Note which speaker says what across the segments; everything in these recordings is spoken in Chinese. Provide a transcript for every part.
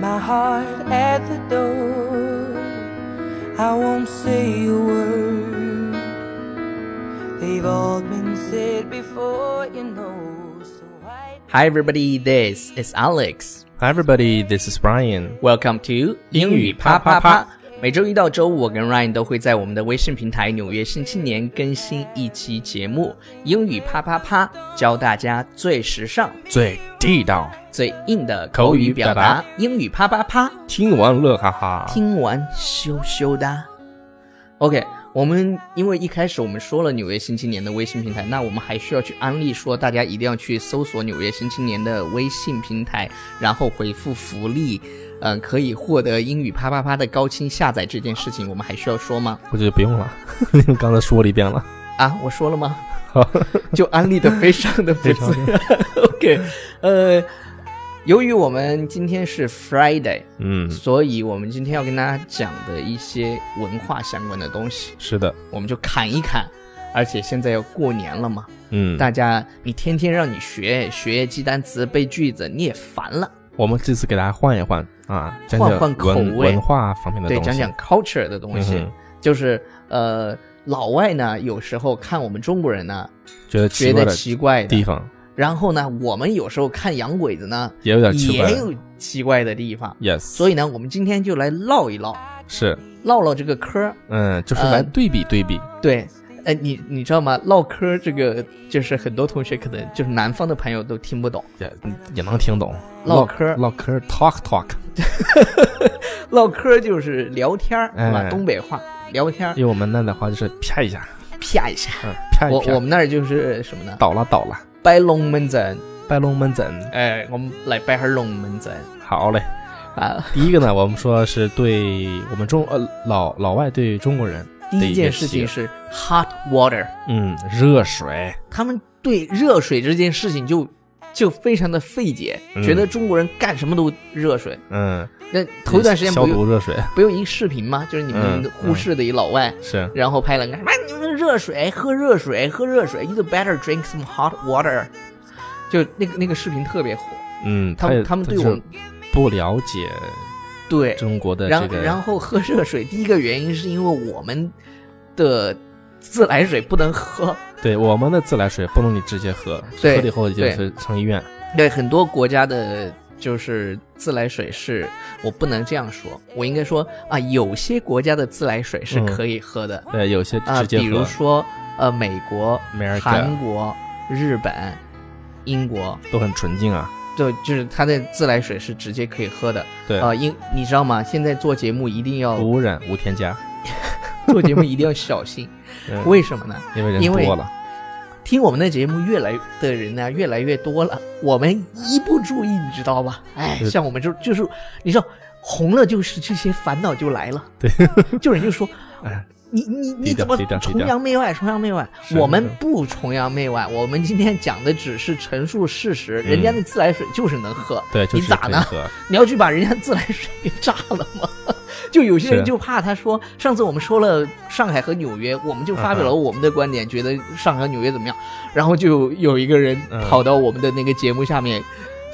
Speaker 1: heart at the door. I won't say a word. They've all been said before, you know. So I
Speaker 2: Hi, everybody. This is Alex.
Speaker 3: Hi everybody, this is Brian.
Speaker 2: Welcome to 英语啪啪啪。每周一到周五，我跟 Ryan 都会在我们的微信平台《纽约新青年》更新一期节目《英语啪啪啪》，教大家最时尚、
Speaker 3: 最地道，
Speaker 2: 最硬的口语表达。英语啪啪啪，
Speaker 3: 听完乐哈哈。
Speaker 2: 听完羞羞哒。OK，我们因为一开始我们说了《纽约新青年》的微信平台，那我们还需要去安利说，大家一定要去搜索《纽约新青年》的微信平台，然后回复福利，嗯、可以获得英语啪啪啪的高清下载这件事情，我们还需要说吗？
Speaker 3: 我觉得不用了， 你们刚才说了一遍了。
Speaker 2: 啊，我说了 吗？
Speaker 3: 好，
Speaker 2: 就安利的非常的不自然。OK，呃，由于我们今天是 Friday，
Speaker 3: 嗯，
Speaker 2: 所以我们今天要跟大家讲的一些文化相关的东西，
Speaker 3: 是的，
Speaker 2: 我们就砍一砍。而且现在要过年了嘛，
Speaker 3: 嗯，
Speaker 2: 大家你天天让你学学记单词、背句子，你也烦了。
Speaker 3: 我们这次给大家换一换啊，讲讲
Speaker 2: 换换口
Speaker 3: 文
Speaker 2: 味
Speaker 3: 文化方面的
Speaker 2: 对，
Speaker 3: 东
Speaker 2: 讲
Speaker 3: 西。
Speaker 2: 讲 culture 的东西，
Speaker 3: 嗯哼
Speaker 2: 就是呃，老外呢有时候看我们中国人呢
Speaker 3: 觉得
Speaker 2: 觉
Speaker 3: 奇怪
Speaker 2: 得
Speaker 3: 的
Speaker 2: 奇怪
Speaker 3: 地
Speaker 2: 的，
Speaker 3: 方
Speaker 2: 然后呢，我们有时候看洋鬼子呢
Speaker 3: 也有点奇怪
Speaker 2: 也
Speaker 3: 的。
Speaker 2: 有奇怪的地方。
Speaker 3: Yes，
Speaker 2: 所以呢，我们今天就来唠一唠，
Speaker 3: 是，
Speaker 2: 唠唠这个嗑儿。
Speaker 3: 嗯，就是
Speaker 2: 呃
Speaker 3: 来对比对比。
Speaker 2: 对，呃，你你知道吗？唠嗑儿这个就是很多同学可能就是南方的朋友都听不懂。
Speaker 3: 也也能听懂，
Speaker 2: 唠嗑儿
Speaker 3: 唠嗑儿，talk talk，
Speaker 2: 唠嗑儿就是聊天儿，
Speaker 3: 哎
Speaker 2: 是吧？东北话聊天儿，
Speaker 3: 用我们那的话就是啪一下，
Speaker 2: 啪一下。
Speaker 3: 嗯，啪一
Speaker 2: 我
Speaker 3: 啪，
Speaker 2: 我们那儿就是什么呢？
Speaker 3: 倒了倒了，
Speaker 2: 掰龙门阵，
Speaker 3: 掰龙门阵，
Speaker 2: 哎，我们来掰下龙门阵
Speaker 3: 好嘞。
Speaker 2: 啊。
Speaker 3: 第一个呢，我们说是对我们中呃老老外对中国人
Speaker 2: 第
Speaker 3: 的
Speaker 2: 一
Speaker 3: 个
Speaker 2: 件事情
Speaker 3: 习惯，
Speaker 2: 是 hot water，
Speaker 3: 嗯，热水，
Speaker 2: 他们对热水这件事情就就非常的费解，
Speaker 3: 嗯
Speaker 2: 觉得中国人干什么都热水。
Speaker 3: 嗯，
Speaker 2: 那头一段时间
Speaker 3: 消
Speaker 2: 不有
Speaker 3: 毒热水
Speaker 2: 不有一个视频吗？就是你们
Speaker 3: 嗯
Speaker 2: 忽视的一老外，
Speaker 3: 是，
Speaker 2: 然后拍了个什么你们热水，喝热水，喝热水，you better drink some hot water。就那个那个视频特别火，
Speaker 3: 嗯，
Speaker 2: 他们他们对我们
Speaker 3: 们不了解
Speaker 2: 对，
Speaker 3: 中国的
Speaker 2: 然
Speaker 3: 这
Speaker 2: 后
Speaker 3: 个，
Speaker 2: 然后喝热水，第一个原因是因为我们的自来水不能喝，
Speaker 3: 对我们的自来水不能你直接喝，
Speaker 2: 对
Speaker 3: 喝了以后就
Speaker 2: 对啊
Speaker 3: 是上医院，
Speaker 2: 对很多国家的。就是自来水是，我不能这样说，我应该说啊，有些国家的自来水是
Speaker 3: 嗯
Speaker 2: 可以喝的，
Speaker 3: 对，有些
Speaker 2: 啊，
Speaker 3: 直接
Speaker 2: 比如
Speaker 3: 喝，
Speaker 2: 说呃，美国、
Speaker 3: America
Speaker 2: 韩国、日本、英国，
Speaker 3: 都很纯净啊，
Speaker 2: 就就是它的自来水是直接可以喝的。
Speaker 3: 对，哦
Speaker 2: 呃，因你知道吗？现在做节目一定要
Speaker 3: 无污染无添加，
Speaker 2: 做节目一定要小 心，
Speaker 3: 嗯
Speaker 2: 为什么呢？
Speaker 3: 因为
Speaker 2: 因
Speaker 3: 人
Speaker 2: 为
Speaker 3: 多了，
Speaker 2: 听我们的节目越来的人呢、越来越多了，我们一不注意，你知道吧？哎，
Speaker 3: 是
Speaker 2: 像我们就就是你知道红了，就是这些烦恼就 来了。对，就人就说
Speaker 3: 哎。
Speaker 2: 你你你
Speaker 3: 低
Speaker 2: 怎
Speaker 3: 调
Speaker 2: 么
Speaker 3: 低调低
Speaker 2: 崇
Speaker 3: 调
Speaker 2: 洋媚外？崇洋媚外，
Speaker 3: 是
Speaker 2: 我们不崇洋媚外。我们今天讲的只是陈述事实，人家那自来水就是能喝，
Speaker 3: 嗯对，就
Speaker 2: 你
Speaker 3: 是
Speaker 2: 咋
Speaker 3: 可以
Speaker 2: 呢？
Speaker 3: 喝，
Speaker 2: 你要去把人家自来水给炸了吗？ 就有些人
Speaker 3: 是
Speaker 2: 就怕他说，上次我们说了上海和纽约，我们就发表了
Speaker 3: 嗯
Speaker 2: 我们的观点，觉得上海、纽约怎么样，然后就有一个人
Speaker 3: 嗯
Speaker 2: 跑到我们的那个节目下面。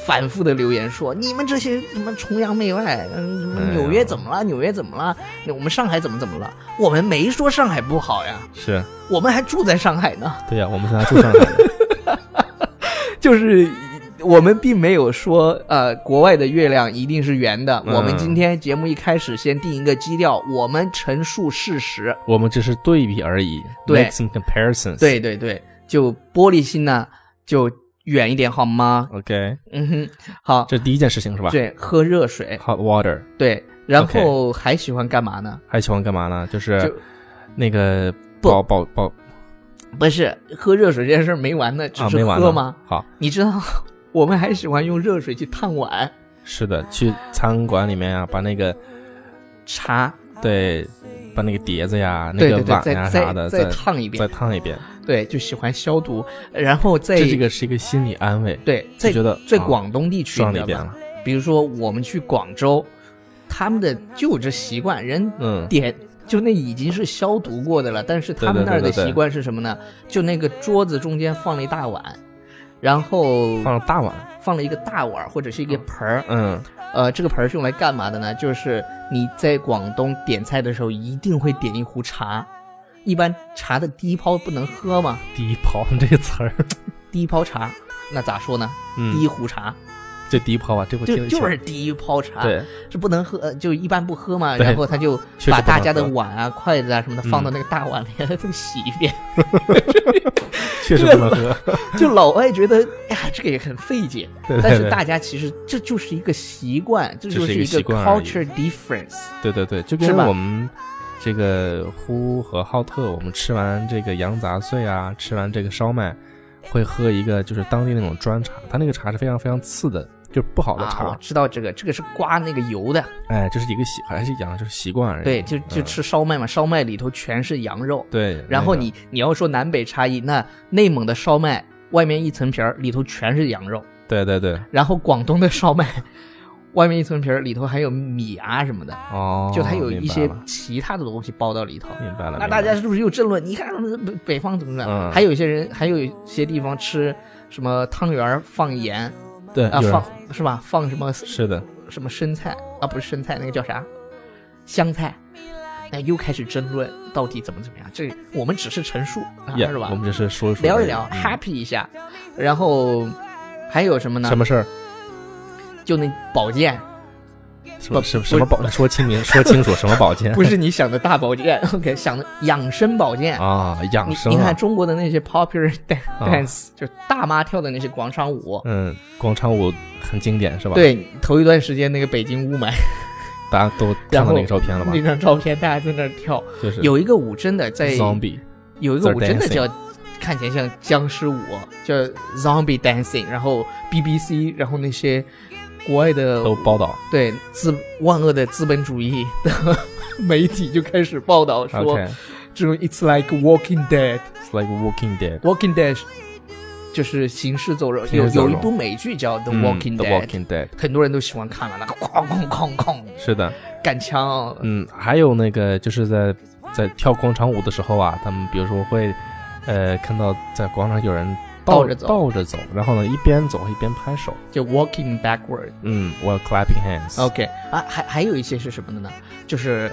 Speaker 2: 反复的留言说：“你们这些什么崇洋媚外，嗯，什么
Speaker 3: 哎呀
Speaker 2: 纽约怎么了？纽约怎么了？我们上海怎么怎么了？我们没说上海不好呀，
Speaker 3: 是
Speaker 2: 我们还住在上海呢。
Speaker 3: 对呀，我们现在住上海的，
Speaker 2: 就是呃我们并没有说，呃，国外的月亮一定是圆的。
Speaker 3: 嗯
Speaker 2: 我们今天节目一开始先定一个基调，我们陈述事实。
Speaker 3: 我们只是对比而已
Speaker 2: 对
Speaker 3: ，make some comparisons，
Speaker 2: 对对对，就玻璃心呢，就远一点好吗？
Speaker 3: ，OK，
Speaker 2: 嗯哼，好，
Speaker 3: 这是第一件事情是吧？
Speaker 2: 对，喝热水，
Speaker 3: ，hot water。
Speaker 2: 对，然后还喜欢干嘛呢？
Speaker 3: 还喜欢干嘛呢？就
Speaker 2: 就是
Speaker 3: 那个
Speaker 2: 不
Speaker 3: 保保保
Speaker 2: 不是喝热水这件事儿没完呢，只
Speaker 3: 啊，
Speaker 2: 是
Speaker 3: 没完
Speaker 2: 喝
Speaker 3: 了
Speaker 2: 吗？？
Speaker 3: 好，
Speaker 2: 你知道， 我们还喜欢用热水去烫碗、
Speaker 3: 是的，去餐馆里面啊，把那个
Speaker 2: 茶，
Speaker 3: 对，把那个碟子呀、那
Speaker 2: 对
Speaker 3: 个
Speaker 2: 对对，
Speaker 3: 碗呀
Speaker 2: 再
Speaker 3: 啥的
Speaker 2: 再
Speaker 3: 再
Speaker 2: 烫一遍
Speaker 3: 再，烫一遍，
Speaker 2: 对，就喜欢消毒，然后在
Speaker 3: 这这个是一个心理安慰，
Speaker 2: 哎对在
Speaker 3: 就觉得
Speaker 2: 在
Speaker 3: 啊
Speaker 2: 广东地区
Speaker 3: 爽
Speaker 2: 你
Speaker 3: 了
Speaker 2: 知
Speaker 3: 一遍
Speaker 2: 道吗？
Speaker 3: 了，
Speaker 2: 比如说我们去广州，他们的就有这习惯，人
Speaker 3: 嗯，
Speaker 2: 点就那已经是消毒过的了，但是他
Speaker 3: 对
Speaker 2: 们
Speaker 3: 对
Speaker 2: 那儿的
Speaker 3: 对对对
Speaker 2: 习惯是什么呢？就那个桌子中间放了一大碗，然后
Speaker 3: 放了大碗，
Speaker 2: 放了一个大碗儿或者是一个盆儿，
Speaker 3: 嗯，
Speaker 2: 呃，这个盆儿是用来干嘛的呢？就是你在广东点菜的时候一定会点一壶茶，一般茶的第一泡不能喝嘛，
Speaker 3: 第一泡 这个词儿，
Speaker 2: 第一泡茶，那咋说呢？第一
Speaker 3: 嗯，
Speaker 2: 壶茶，
Speaker 3: 这第一泡啊吧，这我听
Speaker 2: 就
Speaker 3: 得
Speaker 2: 就
Speaker 3: 清
Speaker 2: 是第一泡茶，
Speaker 3: 对，
Speaker 2: 是不能喝，呃就一般不喝嘛。
Speaker 3: 对
Speaker 2: 然后他就
Speaker 3: 确实
Speaker 2: 把
Speaker 3: 不能
Speaker 2: 大家的
Speaker 3: 喝
Speaker 2: 碗啊、筷子啊什么的放到
Speaker 3: 嗯
Speaker 2: 那个大 碗里，再洗一遍。
Speaker 3: 确实不能喝，
Speaker 2: 就老外觉得，哎呀，这个也很费解。
Speaker 3: 对对
Speaker 2: 但是
Speaker 3: 对
Speaker 2: 大家其实这就是一个习惯，这
Speaker 3: 这
Speaker 2: 就是是
Speaker 3: 一个
Speaker 2: 一个
Speaker 3: 习惯而已
Speaker 2: culture difference。
Speaker 3: 对对对，就是跟
Speaker 2: 吧
Speaker 3: 我们这个呼和浩特，我们吃完这个羊杂碎啊，吃完这个烧麦，会喝一个就是当地那种砖茶，它那个茶是非常非常次的，就是不好的茶，
Speaker 2: 啊，我知道这个，这个是刮那个油的，
Speaker 3: 哎，这是一个习，还是讲的就是习惯而已。
Speaker 2: 对，就就
Speaker 3: 嗯哎
Speaker 2: 吃烧麦嘛，烧麦里头全是羊肉。
Speaker 3: 对，
Speaker 2: 然后
Speaker 3: 那个
Speaker 2: 你你要说南北差异，那内蒙的烧麦外面一层皮儿，里头全是羊肉；
Speaker 3: 对对对，
Speaker 2: 然后广东的烧麦 外面一层皮儿，里头还有米啊什么的，
Speaker 3: 哦，
Speaker 2: 就它有一些
Speaker 3: 明白了
Speaker 2: 其他的东西包到里头。
Speaker 3: 明白了。
Speaker 2: 那大家
Speaker 3: 明
Speaker 2: 是不是又争论？你看北北方怎么怎么样？
Speaker 3: 嗯
Speaker 2: 还有一些人，还有一些地方吃什么汤圆儿放盐
Speaker 3: 白了对
Speaker 2: 啊，
Speaker 3: 有人
Speaker 2: 放是吧？放什么
Speaker 3: 是的，
Speaker 2: 什么生菜啊？不是生菜，那个叫啥？香菜。那又开始争论到底怎么怎么样？这我们只是陈述，啊
Speaker 3: 也
Speaker 2: 是吧？
Speaker 3: 我们只是说一说
Speaker 2: 聊
Speaker 3: 而
Speaker 2: 一
Speaker 3: 已
Speaker 2: 聊、
Speaker 3: 嗯
Speaker 2: h a p p y 一下，然后还有什么呢？
Speaker 3: 什么事儿？
Speaker 2: 就那保健，
Speaker 3: 什么
Speaker 2: 不
Speaker 3: 什么
Speaker 2: 不
Speaker 3: 什么 保？说清明，说清楚什么保健？
Speaker 2: 不是你想的大保健 ，OK，想的养生保健。
Speaker 3: 啊，养
Speaker 2: 你
Speaker 3: 生。
Speaker 2: 你看，中国的那些 popular
Speaker 3: 啊
Speaker 2: dance，、就大妈跳的那些广场舞，
Speaker 3: 嗯，广场舞很经典是吧？，
Speaker 2: 对，头一段时间那个北京雾霾
Speaker 3: 大家都
Speaker 2: 然
Speaker 3: 看
Speaker 2: 后
Speaker 3: 到那个照片了 吧
Speaker 2: 那？张照片，大家在那儿跳，
Speaker 3: 就是
Speaker 2: 有一个舞真的在，
Speaker 3: zombie，
Speaker 2: 有一个舞
Speaker 3: The
Speaker 2: 真的
Speaker 3: Dancing
Speaker 2: 叫。看起来像僵尸舞，叫 zombie dancing，然后 BBC，然后那些国外的
Speaker 3: 都报道。
Speaker 2: 对资万恶的资本主义的 媒体就开始报道说
Speaker 3: OK，it's
Speaker 2: 这种 it's like Walking Dead，Walking
Speaker 3: like Walking Dead。
Speaker 2: Dead 就是行尸走肉，
Speaker 3: 行
Speaker 2: 有
Speaker 3: 尸走
Speaker 2: 有
Speaker 3: 肉
Speaker 2: 一部美剧叫 The
Speaker 3: 嗯
Speaker 2: Walking
Speaker 3: The
Speaker 2: Dead，、
Speaker 3: Walking Dead。
Speaker 2: 很多人都喜欢看了，那哐哐哐哐
Speaker 3: 是的，
Speaker 2: 干枪，
Speaker 3: 嗯，还有那个就是在在跳广场舞的时候啊，他们比如说会，呃，看到在广场有人
Speaker 2: 倒着走
Speaker 3: 倒着走，然后呢一边走一边拍手，
Speaker 2: 就 Walking Backward。
Speaker 3: 嗯，我要 clapping hands。
Speaker 2: OK，啊，还还有一些是什么的呢？就是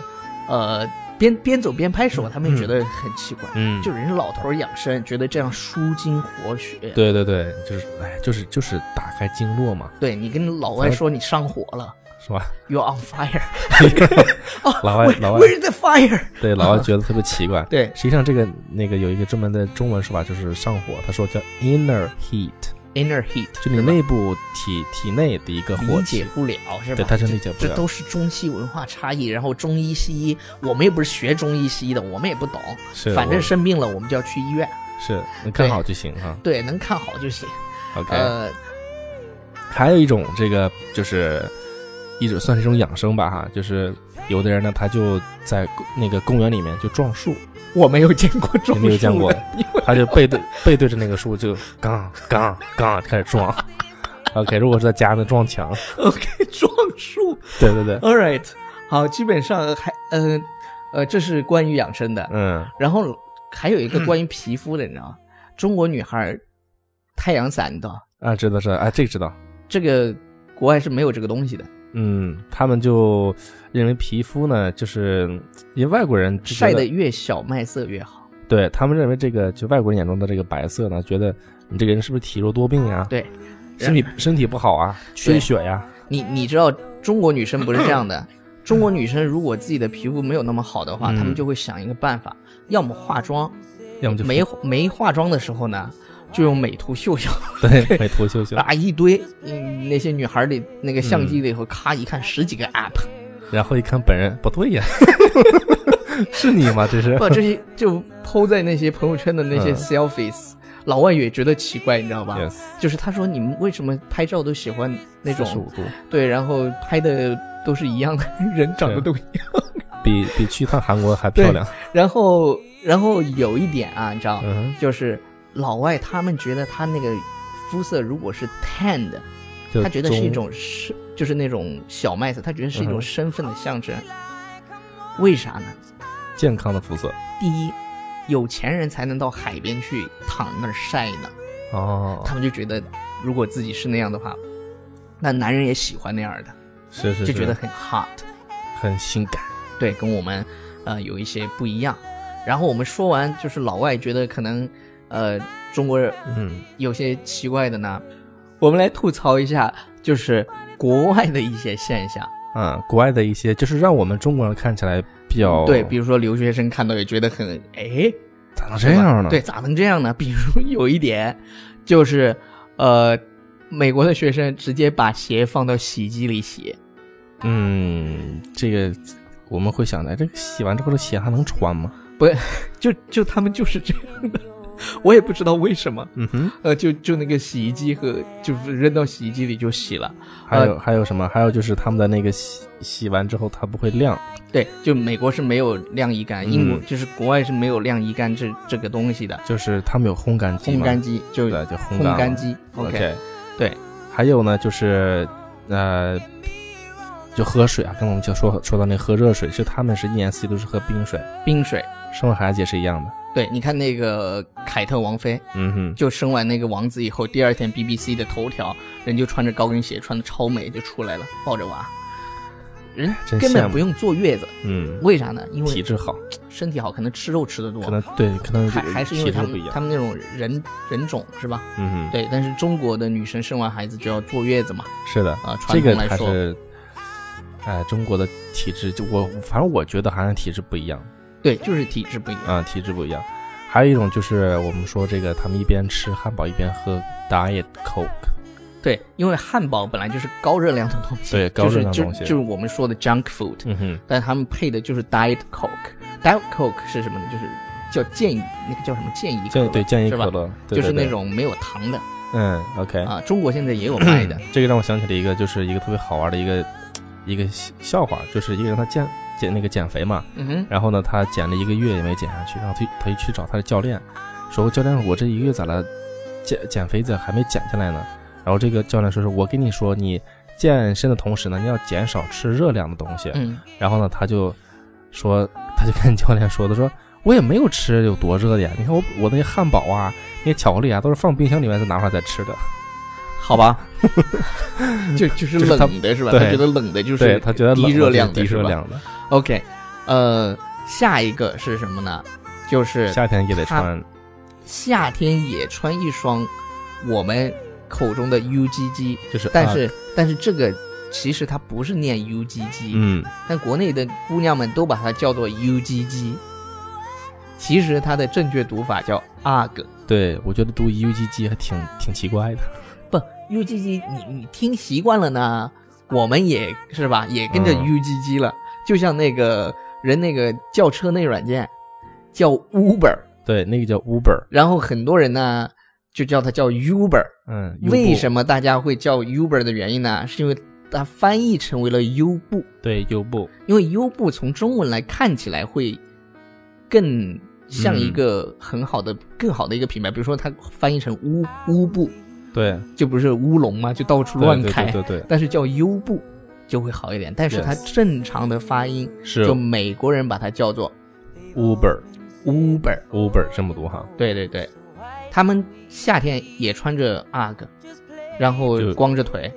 Speaker 2: 呃边边走边拍手，他们也觉得很奇怪，
Speaker 3: 嗯，
Speaker 2: 就人家老头儿养生，觉得这样舒筋活血。对
Speaker 3: 对对对，就是哎，就是就是打开经络嘛，
Speaker 2: 对你跟老外说你上火了
Speaker 3: 是吧？
Speaker 2: ，You're on fire，
Speaker 3: 老 外老外
Speaker 2: Where's the fire？
Speaker 3: 对老外觉得特别奇怪。
Speaker 2: 对
Speaker 3: 实际上，这个那个有一个专门的中文说法，就是上火，他说叫 inner heat，
Speaker 2: ，inner heat，
Speaker 3: 就你内部体体内的一个火
Speaker 2: 理
Speaker 3: 气
Speaker 2: 解。不了是吧？
Speaker 3: 对他真
Speaker 2: 这
Speaker 3: 理解不
Speaker 2: 这
Speaker 3: 了
Speaker 2: 都是中西文化差异，然后中医西医，我们又不是学中医西医的，我们也不懂，
Speaker 3: 是，
Speaker 2: 反正
Speaker 3: 我
Speaker 2: 生病了我们就要去医院，
Speaker 3: 是你看好就行哈。
Speaker 2: 对，能看好就行。
Speaker 3: OK，
Speaker 2: 呃，
Speaker 3: 还有一种这个就是一种算是一种养生吧哈，就是有的人呢他就在那个公园里面就撞 树，
Speaker 2: 我没有见过中
Speaker 3: 你没有见过
Speaker 2: 暑的因为
Speaker 3: 他就背对背对着那个树就杠杠杠开始 撞。OK，如果是在家呢撞墙，
Speaker 2: OK 撞树。
Speaker 3: 对对对，
Speaker 2: All right，好，基本上还呃呃，这是关于养生的。
Speaker 3: 嗯，
Speaker 2: 然后还有一个关于皮肤的，你知道吗？中国女孩儿太阳伞，你知道吗
Speaker 3: 啊，知道知道，啊，这个知道。
Speaker 2: 这个国外是没有这个东西的，
Speaker 3: 嗯，他们就认为皮肤呢，就是因为外国人只觉
Speaker 2: 晒
Speaker 3: 得
Speaker 2: 得越小麦色越好。
Speaker 3: 对他们认为这个就外国人眼中的这个白色呢，觉得你这个人是不是体弱多病呀？
Speaker 2: 对，
Speaker 3: 身体身体不好啊，缺血呀。
Speaker 2: 你你知道中国女生不是这样 的，中国女生如果自己的皮肤没有那么好的话，
Speaker 3: 嗯
Speaker 2: 她们就会想一个办法，要么化妆，
Speaker 3: 要么就
Speaker 2: 没没化妆的时候呢，就用美图秀秀
Speaker 3: 对嗯美 图秀秀，
Speaker 2: 啊一堆，嗯，那些女孩儿里那个相机里头咔一看十几个 app，
Speaker 3: 然后一看本人不对呀，是你吗？这是
Speaker 2: 不，这些就抛在那些朋友圈的那些
Speaker 3: 嗯
Speaker 2: selfies，、老外也觉得奇怪，你知道吧
Speaker 3: yes
Speaker 2: 就是他说你们为什么拍照都喜欢那
Speaker 3: 十五
Speaker 2: 种
Speaker 3: 度，
Speaker 2: 对，然后拍的都是一样的人长得
Speaker 3: 是
Speaker 2: 都一样，
Speaker 3: 比比去一趟韩国还漂亮。
Speaker 2: 然后然后有一点啊，你知道，
Speaker 3: 嗯，
Speaker 2: 就是老外他们觉得他那个肤色如果是 tan 的，
Speaker 3: 就
Speaker 2: 他觉得是一
Speaker 3: 棕
Speaker 2: 种是就是那种小麦色，他觉得是一
Speaker 3: 嗯
Speaker 2: 种
Speaker 3: 哼
Speaker 2: 身份的象征，为啥呢？
Speaker 3: 健康的肤色
Speaker 2: 第一，有钱人才能到海边去躺那儿晒呢，
Speaker 3: 哦
Speaker 2: 他们就觉得如果自己是那样的话，那男人也喜欢那样的，
Speaker 3: 是是，
Speaker 2: 就是觉得很 hot。
Speaker 3: 很性感。
Speaker 2: 对，跟我们呃有一些不一样。然后我们说完，就是老外觉得可能呃中国人
Speaker 3: 嗯，
Speaker 2: 有些奇怪的呢，我们来吐槽一下，就是国外的一些现象。
Speaker 3: 啊，国外的一些就是让我们中国人看起来比
Speaker 2: 哦
Speaker 3: 较
Speaker 2: 对，比如说留学生看到也觉得很哎
Speaker 3: 咋能这样呢？
Speaker 2: 对，，咋能这样呢？比 如有一点就是呃，美国的学生直接把鞋放到洗衣机里洗，
Speaker 3: 嗯，这个我们会想，哎，这个洗完之后的鞋还能穿吗？
Speaker 2: 就就他们就是这样的，我也不知道为什么。
Speaker 3: 嗯哼，
Speaker 2: 呃，就就那个洗衣机和就是扔到洗衣机里就洗了，
Speaker 3: 还
Speaker 2: 呃
Speaker 3: 有、还有什么？还有就是他们的那个洗洗完之后它不会晾，
Speaker 2: 对，就美国是没有晾衣杆，英国
Speaker 3: 嗯
Speaker 2: 就是国外是没有晾衣杆这这个东西的，
Speaker 3: 就是他们有烘干机
Speaker 2: 烘
Speaker 3: 嘛，
Speaker 2: 干机就
Speaker 3: 对，就烘
Speaker 2: 烘
Speaker 3: 干
Speaker 2: 干
Speaker 3: 了
Speaker 2: 机，OK，
Speaker 3: OK，
Speaker 2: 对。
Speaker 3: 还有呢，就是呃，就喝水啊，跟我们就说说到那喝热水，其实他们是一年四季都是喝冰水，
Speaker 2: 冰水。
Speaker 3: 生孩子也是一样的。
Speaker 2: 对，你看那个凯特王妃，
Speaker 3: 嗯哼，
Speaker 2: 就生完那个王子以后，第二天 BBC 的头条，人就穿着高跟鞋，穿的超美就出来了，抱着娃，人
Speaker 3: 真
Speaker 2: 根
Speaker 3: 羡
Speaker 2: 本
Speaker 3: 慕
Speaker 2: 不用坐月子，
Speaker 3: 嗯，
Speaker 2: 为啥呢？因
Speaker 3: 体
Speaker 2: 为
Speaker 3: 质好，
Speaker 2: 身体好，可能吃肉吃的多
Speaker 3: 可，能对，可能
Speaker 2: 嗯还还是因为
Speaker 3: 体
Speaker 2: 他
Speaker 3: 质不一
Speaker 2: 们他
Speaker 3: 样。
Speaker 2: 们那种人人种是吧？
Speaker 3: 嗯哼，
Speaker 2: 对，但是中国的女生生完孩子就要坐月子嘛，
Speaker 3: 是的，
Speaker 2: 啊、传
Speaker 3: 这
Speaker 2: 统
Speaker 3: 个
Speaker 2: 来
Speaker 3: 还
Speaker 2: 说，
Speaker 3: 是，哎，中国的体质，就我反正我觉得还是体质不一样
Speaker 2: 对，就是体质不一样。
Speaker 3: 啊、体质不一样。还有一种就是我们说这个，他们一边吃汉堡一边喝 diet coke，
Speaker 2: 对，因为汉堡本来就是高热量的东西，
Speaker 3: 对高热量的东西
Speaker 2: 就是就，就是我们说的 junk food，、
Speaker 3: 嗯哼，
Speaker 2: 但他们配的就是 diet coke。diet coke 是什么呢？就是叫健怡，那个叫什么健怡可
Speaker 3: 建
Speaker 2: 乐，
Speaker 3: 对建议
Speaker 2: 是吧
Speaker 3: 可乐，对
Speaker 2: 就是
Speaker 3: 对对
Speaker 2: 那种没有糖的
Speaker 3: 嗯，OK，
Speaker 2: 啊。中国现在也有卖 的
Speaker 3: 这个让我想起了一个，就是一个特别好玩的一个一个笑笑话，就是一个人他减减那个减肥嘛，
Speaker 2: 嗯哼，
Speaker 3: 然后呢，他减了一个月也没减下去，然后他他就去找他的教练，说教练，我这一个月咋了，减减肥咋还没减下来呢？然后这个教练说是我跟你说，你健身的同时呢，你要减少吃热量的东西。
Speaker 2: 嗯，
Speaker 3: 然后呢，他就说，他就跟教练说，他说我也没有吃有多热的呀，你看我我那些汉堡啊，那些巧克力啊，都是放冰箱里面再拿出来再吃的。
Speaker 2: 好吧， 就就是
Speaker 3: 就是他
Speaker 2: 冷的是吧？他
Speaker 3: 对
Speaker 2: 觉得冷的就是
Speaker 3: 对他觉得冷
Speaker 2: 低热量
Speaker 3: 低
Speaker 2: 的是
Speaker 3: 热
Speaker 2: 吧
Speaker 3: 量的，
Speaker 2: OK，呃，下一个是什么呢？就是
Speaker 3: 夏天也得
Speaker 2: 他
Speaker 3: 穿。
Speaker 2: 夏天也穿一双我们口中的 UGG，
Speaker 3: 就是
Speaker 2: 但
Speaker 3: 啊
Speaker 2: 是、但是这个其实它不是念 UGG，、
Speaker 3: 嗯，
Speaker 2: 但国内的姑娘们都把它叫做 UGG，其实它的正确读法叫 UGG。
Speaker 3: 对，我觉得读 U G G 还挺挺奇怪的。
Speaker 2: 不 UGG，你你听习惯了呢，我们也是吧，也跟着
Speaker 3: 嗯
Speaker 2: UGG 了，就像那个人那个叫车那软件叫 Uber，
Speaker 3: 对，那个叫 Uber，
Speaker 2: 然后很多人呢就叫它叫 Uber。
Speaker 3: 嗯，
Speaker 2: 为
Speaker 3: 么？
Speaker 2: 什么大家会叫 Uber 的原因呢？是因为它翻译成为了优步，
Speaker 3: 对优步，
Speaker 2: 因为优步从中文来看起来会更像一个很好
Speaker 3: 嗯
Speaker 2: 的、更好的一个品牌。比如说，它翻译成乌乌布，
Speaker 3: 对，
Speaker 2: 就不是乌龙嘛，就到处乱
Speaker 3: 对
Speaker 2: 开。
Speaker 3: 对对对
Speaker 2: 但是叫优步就会好一点，但是它
Speaker 3: Yes
Speaker 2: 正常的发音，
Speaker 3: 对，是
Speaker 2: 就美国人把它叫做
Speaker 3: Uber，Uber
Speaker 2: Uber。
Speaker 3: 这么读哈，
Speaker 2: 对对对，他们夏天也穿着 UGG，然后
Speaker 3: 就
Speaker 2: 光着腿，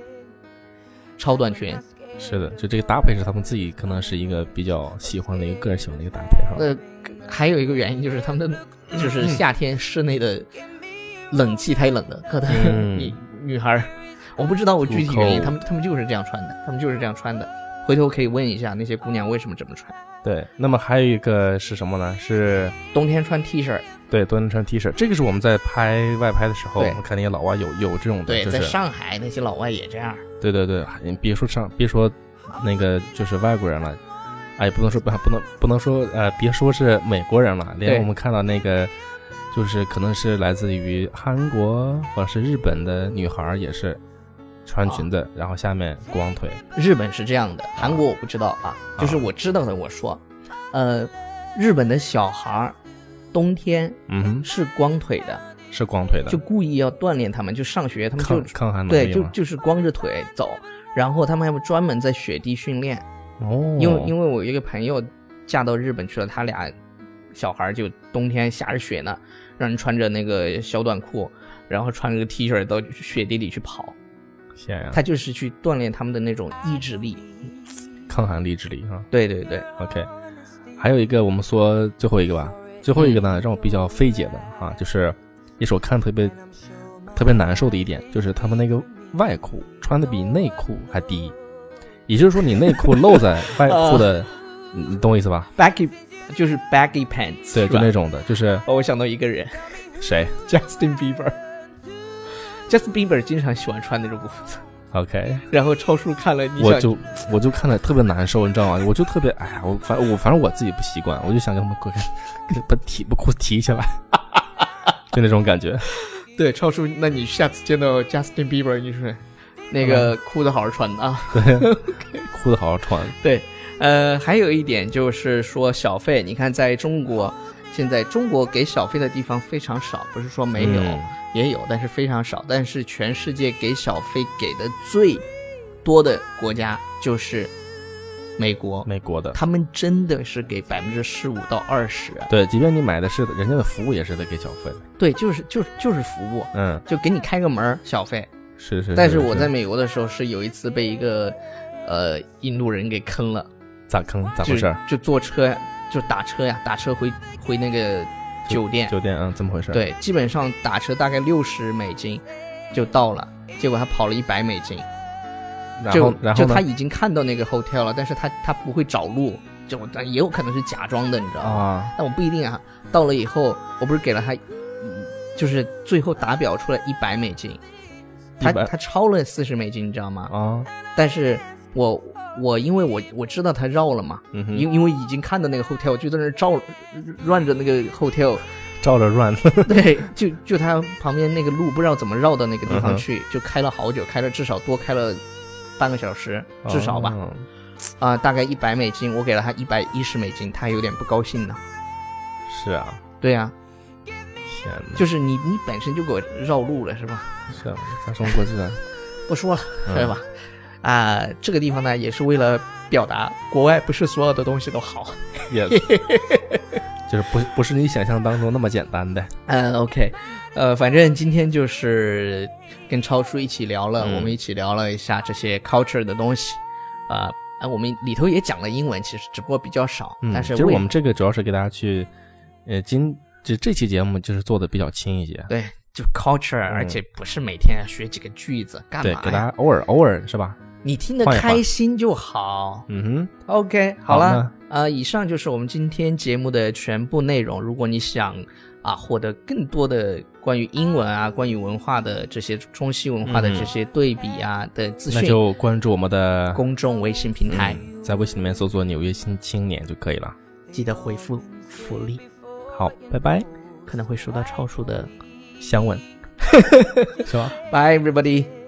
Speaker 2: 超短裙。
Speaker 3: 是的，就这个搭配是他们自己可能是一个比较喜欢的一个个人喜欢的一个搭配哈。
Speaker 2: 呃，还有一个原因就是他们
Speaker 3: 嗯
Speaker 2: 的就是夏天室内的冷气太冷了，可能
Speaker 3: 嗯
Speaker 2: 女女孩儿，我不知道我具体原因，
Speaker 3: Too cold
Speaker 2: 他们他们就是这样穿的，他们就是这样穿的。回头可以问一下那些姑娘为什么这么穿，
Speaker 3: 对，那么还有一个是什么呢？是
Speaker 2: 冬天穿 T 恤，
Speaker 3: 对，多人穿 T 恤，这个是我们在拍外拍的时候，我
Speaker 2: 对
Speaker 3: 们看那些老外有有这种的，
Speaker 2: 对，
Speaker 3: 就
Speaker 2: 在
Speaker 3: 是
Speaker 2: 上海那些老外也这样，
Speaker 3: 对对对，你别说上，别说那个就是外国人了，哎，不能说不不能不能说呃，别说是美国人了，
Speaker 2: 对
Speaker 3: 连我们看到那个就是可能是来自于韩国或者是日本的女孩儿也是穿裙
Speaker 2: 哦
Speaker 3: 子，然后下面光腿，
Speaker 2: 日本是这样的，韩国我不知道啊，就是我知道的我说，呃，日本的小孩儿冬天
Speaker 3: 嗯哼，
Speaker 2: 是光腿的，
Speaker 3: 是光腿的，
Speaker 2: 就故意要锻炼他们，就上学他们就
Speaker 3: 抗抗寒能
Speaker 2: 对，
Speaker 3: 力
Speaker 2: 就
Speaker 3: 嘛。
Speaker 2: 就是光着腿走，然后他们还专门在雪地训练，
Speaker 3: 哦，
Speaker 2: 因为因为我有一个朋友嫁到日本去了，他俩小孩儿就冬天下着雪呢，让人穿着那个小短裤，然后穿着个 T 恤到雪地里去跑，
Speaker 3: 天呀、
Speaker 2: 他就是去锻炼他们的那种意志力。
Speaker 3: 嗯抗寒励志力啊。
Speaker 2: 对对对，
Speaker 3: OK，还有一个我们说最后一个吧，最后一个
Speaker 2: 嗯
Speaker 3: 呢让我比较费解的啊，就是也是我看特别特别难受的一点，就是他们那个外裤穿的比内裤还低，也就是说你内裤露在外 裤的，
Speaker 2: 啊
Speaker 3: 你你懂我意思吧？
Speaker 2: baggy 就是 baggy pants，
Speaker 3: 对，
Speaker 2: 是
Speaker 3: 就
Speaker 2: 吧
Speaker 3: 那种的，就是
Speaker 2: 哦，我想到一个 人
Speaker 3: 谁
Speaker 2: ，Justin Bieber。Justin Bieber 经常喜欢穿那种裤子，
Speaker 3: ？OK，
Speaker 2: 然后超叔看了，你
Speaker 3: 我
Speaker 2: 想
Speaker 3: 就我就看了特别难受，你知道吗？我就特别哎呀，我反我反正我自己不习惯，我就想给他们滚开，给把提把裤子 提起来，就那种感觉。
Speaker 2: 对超叔，那你下次见到 Justin Bieber，你说那
Speaker 3: 嗯
Speaker 2: 个裤子好好穿啊。
Speaker 3: 裤子好好穿，
Speaker 2: 对，呃，还有一点就是说小费，你看在中国，现在中国给小费的地方非常少，不是说没有，
Speaker 3: 嗯
Speaker 2: 也有，但是非常少。但是全世界给小费给的最多的国家就是美国，
Speaker 3: 美国的。
Speaker 2: 哦他们真的是给百分之十五到二十，
Speaker 3: 对，即便你买的是人家的服务，也是得给小费的。
Speaker 2: 对，就是就是就是服务，
Speaker 3: 嗯，
Speaker 2: 就给你开个门儿小费。
Speaker 3: 是是
Speaker 2: 但是我在美国的时候是有一次被一个呃印度人给坑了。
Speaker 3: 咋坑咋
Speaker 2: 就
Speaker 3: 回事儿？
Speaker 2: 就坐车呀，就打车呀，打车回回那个酒店。
Speaker 3: 酒店嗯，怎么回事？，
Speaker 2: 对，基本上打车大概六十美金就到了，结果他跑了一百美金，
Speaker 3: 然
Speaker 2: 就
Speaker 3: 后然后
Speaker 2: 就
Speaker 3: 呢
Speaker 2: 他已经看到那个 hotel 了，但是他他不会找路，就但也有可能是假装的，你知道吗？
Speaker 3: 啊，
Speaker 2: 但我不一定啊。到了以后，我不是给了他，嗯就是最后打表出来一百美金，他
Speaker 3: 100
Speaker 2: 他超了四十美金，你知道吗？
Speaker 3: 啊，
Speaker 2: 但是我我因为我我知道他绕了嘛，
Speaker 3: 嗯哼，
Speaker 2: 因因为已经看到那个 hotel，就在那儿照乱着那个 hotel，
Speaker 3: 照着乱，
Speaker 2: 对，就就他旁边那个路不知道怎么绕到那个地
Speaker 3: 嗯
Speaker 2: 方
Speaker 3: 哼
Speaker 2: 去，就开了好久，开了至少多开了半个小时，至少吧，
Speaker 3: 哦
Speaker 2: 啊、大概一百美金，我给了他一百一十美金，他有点不高兴呢。
Speaker 3: 是啊，
Speaker 2: 对啊，
Speaker 3: 天哪，
Speaker 2: 就是你你本身就给我绕路了是吧？
Speaker 3: 是啊，咱中 国自然
Speaker 2: 不说了
Speaker 3: 嗯
Speaker 2: 是吧？啊、这个地方呢也是为了表达，国外不是所有的东西都好。
Speaker 3: 也就是不不是你想象当中那么简单的。
Speaker 2: 嗯，OK，呃，反正今天就是跟超叔一起聊了，
Speaker 3: 嗯
Speaker 2: 我们一起聊了一下这些 culture 的东西，啊、啊，我们里头也讲了英文，其实只不过比较少，
Speaker 3: 嗯，
Speaker 2: 但是
Speaker 3: 其实
Speaker 2: 为
Speaker 3: 我们这个主要是给大家去，呃，今就这期节目就是做的比较轻一些，
Speaker 2: 对就 culture，、
Speaker 3: 嗯
Speaker 2: 而且不是每天学几个句子干
Speaker 3: 对，
Speaker 2: 嘛
Speaker 3: 给大
Speaker 2: 哎呀？
Speaker 3: 家偶尔偶尔是吧？
Speaker 2: 你听得
Speaker 3: 换一换
Speaker 2: 开心就好。
Speaker 3: 嗯
Speaker 2: OK，
Speaker 3: 好
Speaker 2: 好了，
Speaker 3: 那
Speaker 2: 呃，以上就是我们今天节目的全部内容。如果你想啊获得更多的关于英文啊、关于文化的这些中西文化的
Speaker 3: 嗯
Speaker 2: 这些对比啊、的资
Speaker 3: 哼，那
Speaker 2: 讯，
Speaker 3: 就关注我们的
Speaker 2: 公众微信平台，
Speaker 3: 嗯在微信里面搜索“纽约新青年”就可以了。
Speaker 2: 记得回复“福利
Speaker 3: 好，拜拜，”，
Speaker 2: 可能会收到超叔的。
Speaker 3: 相吻，是吧？
Speaker 2: Bye everybody。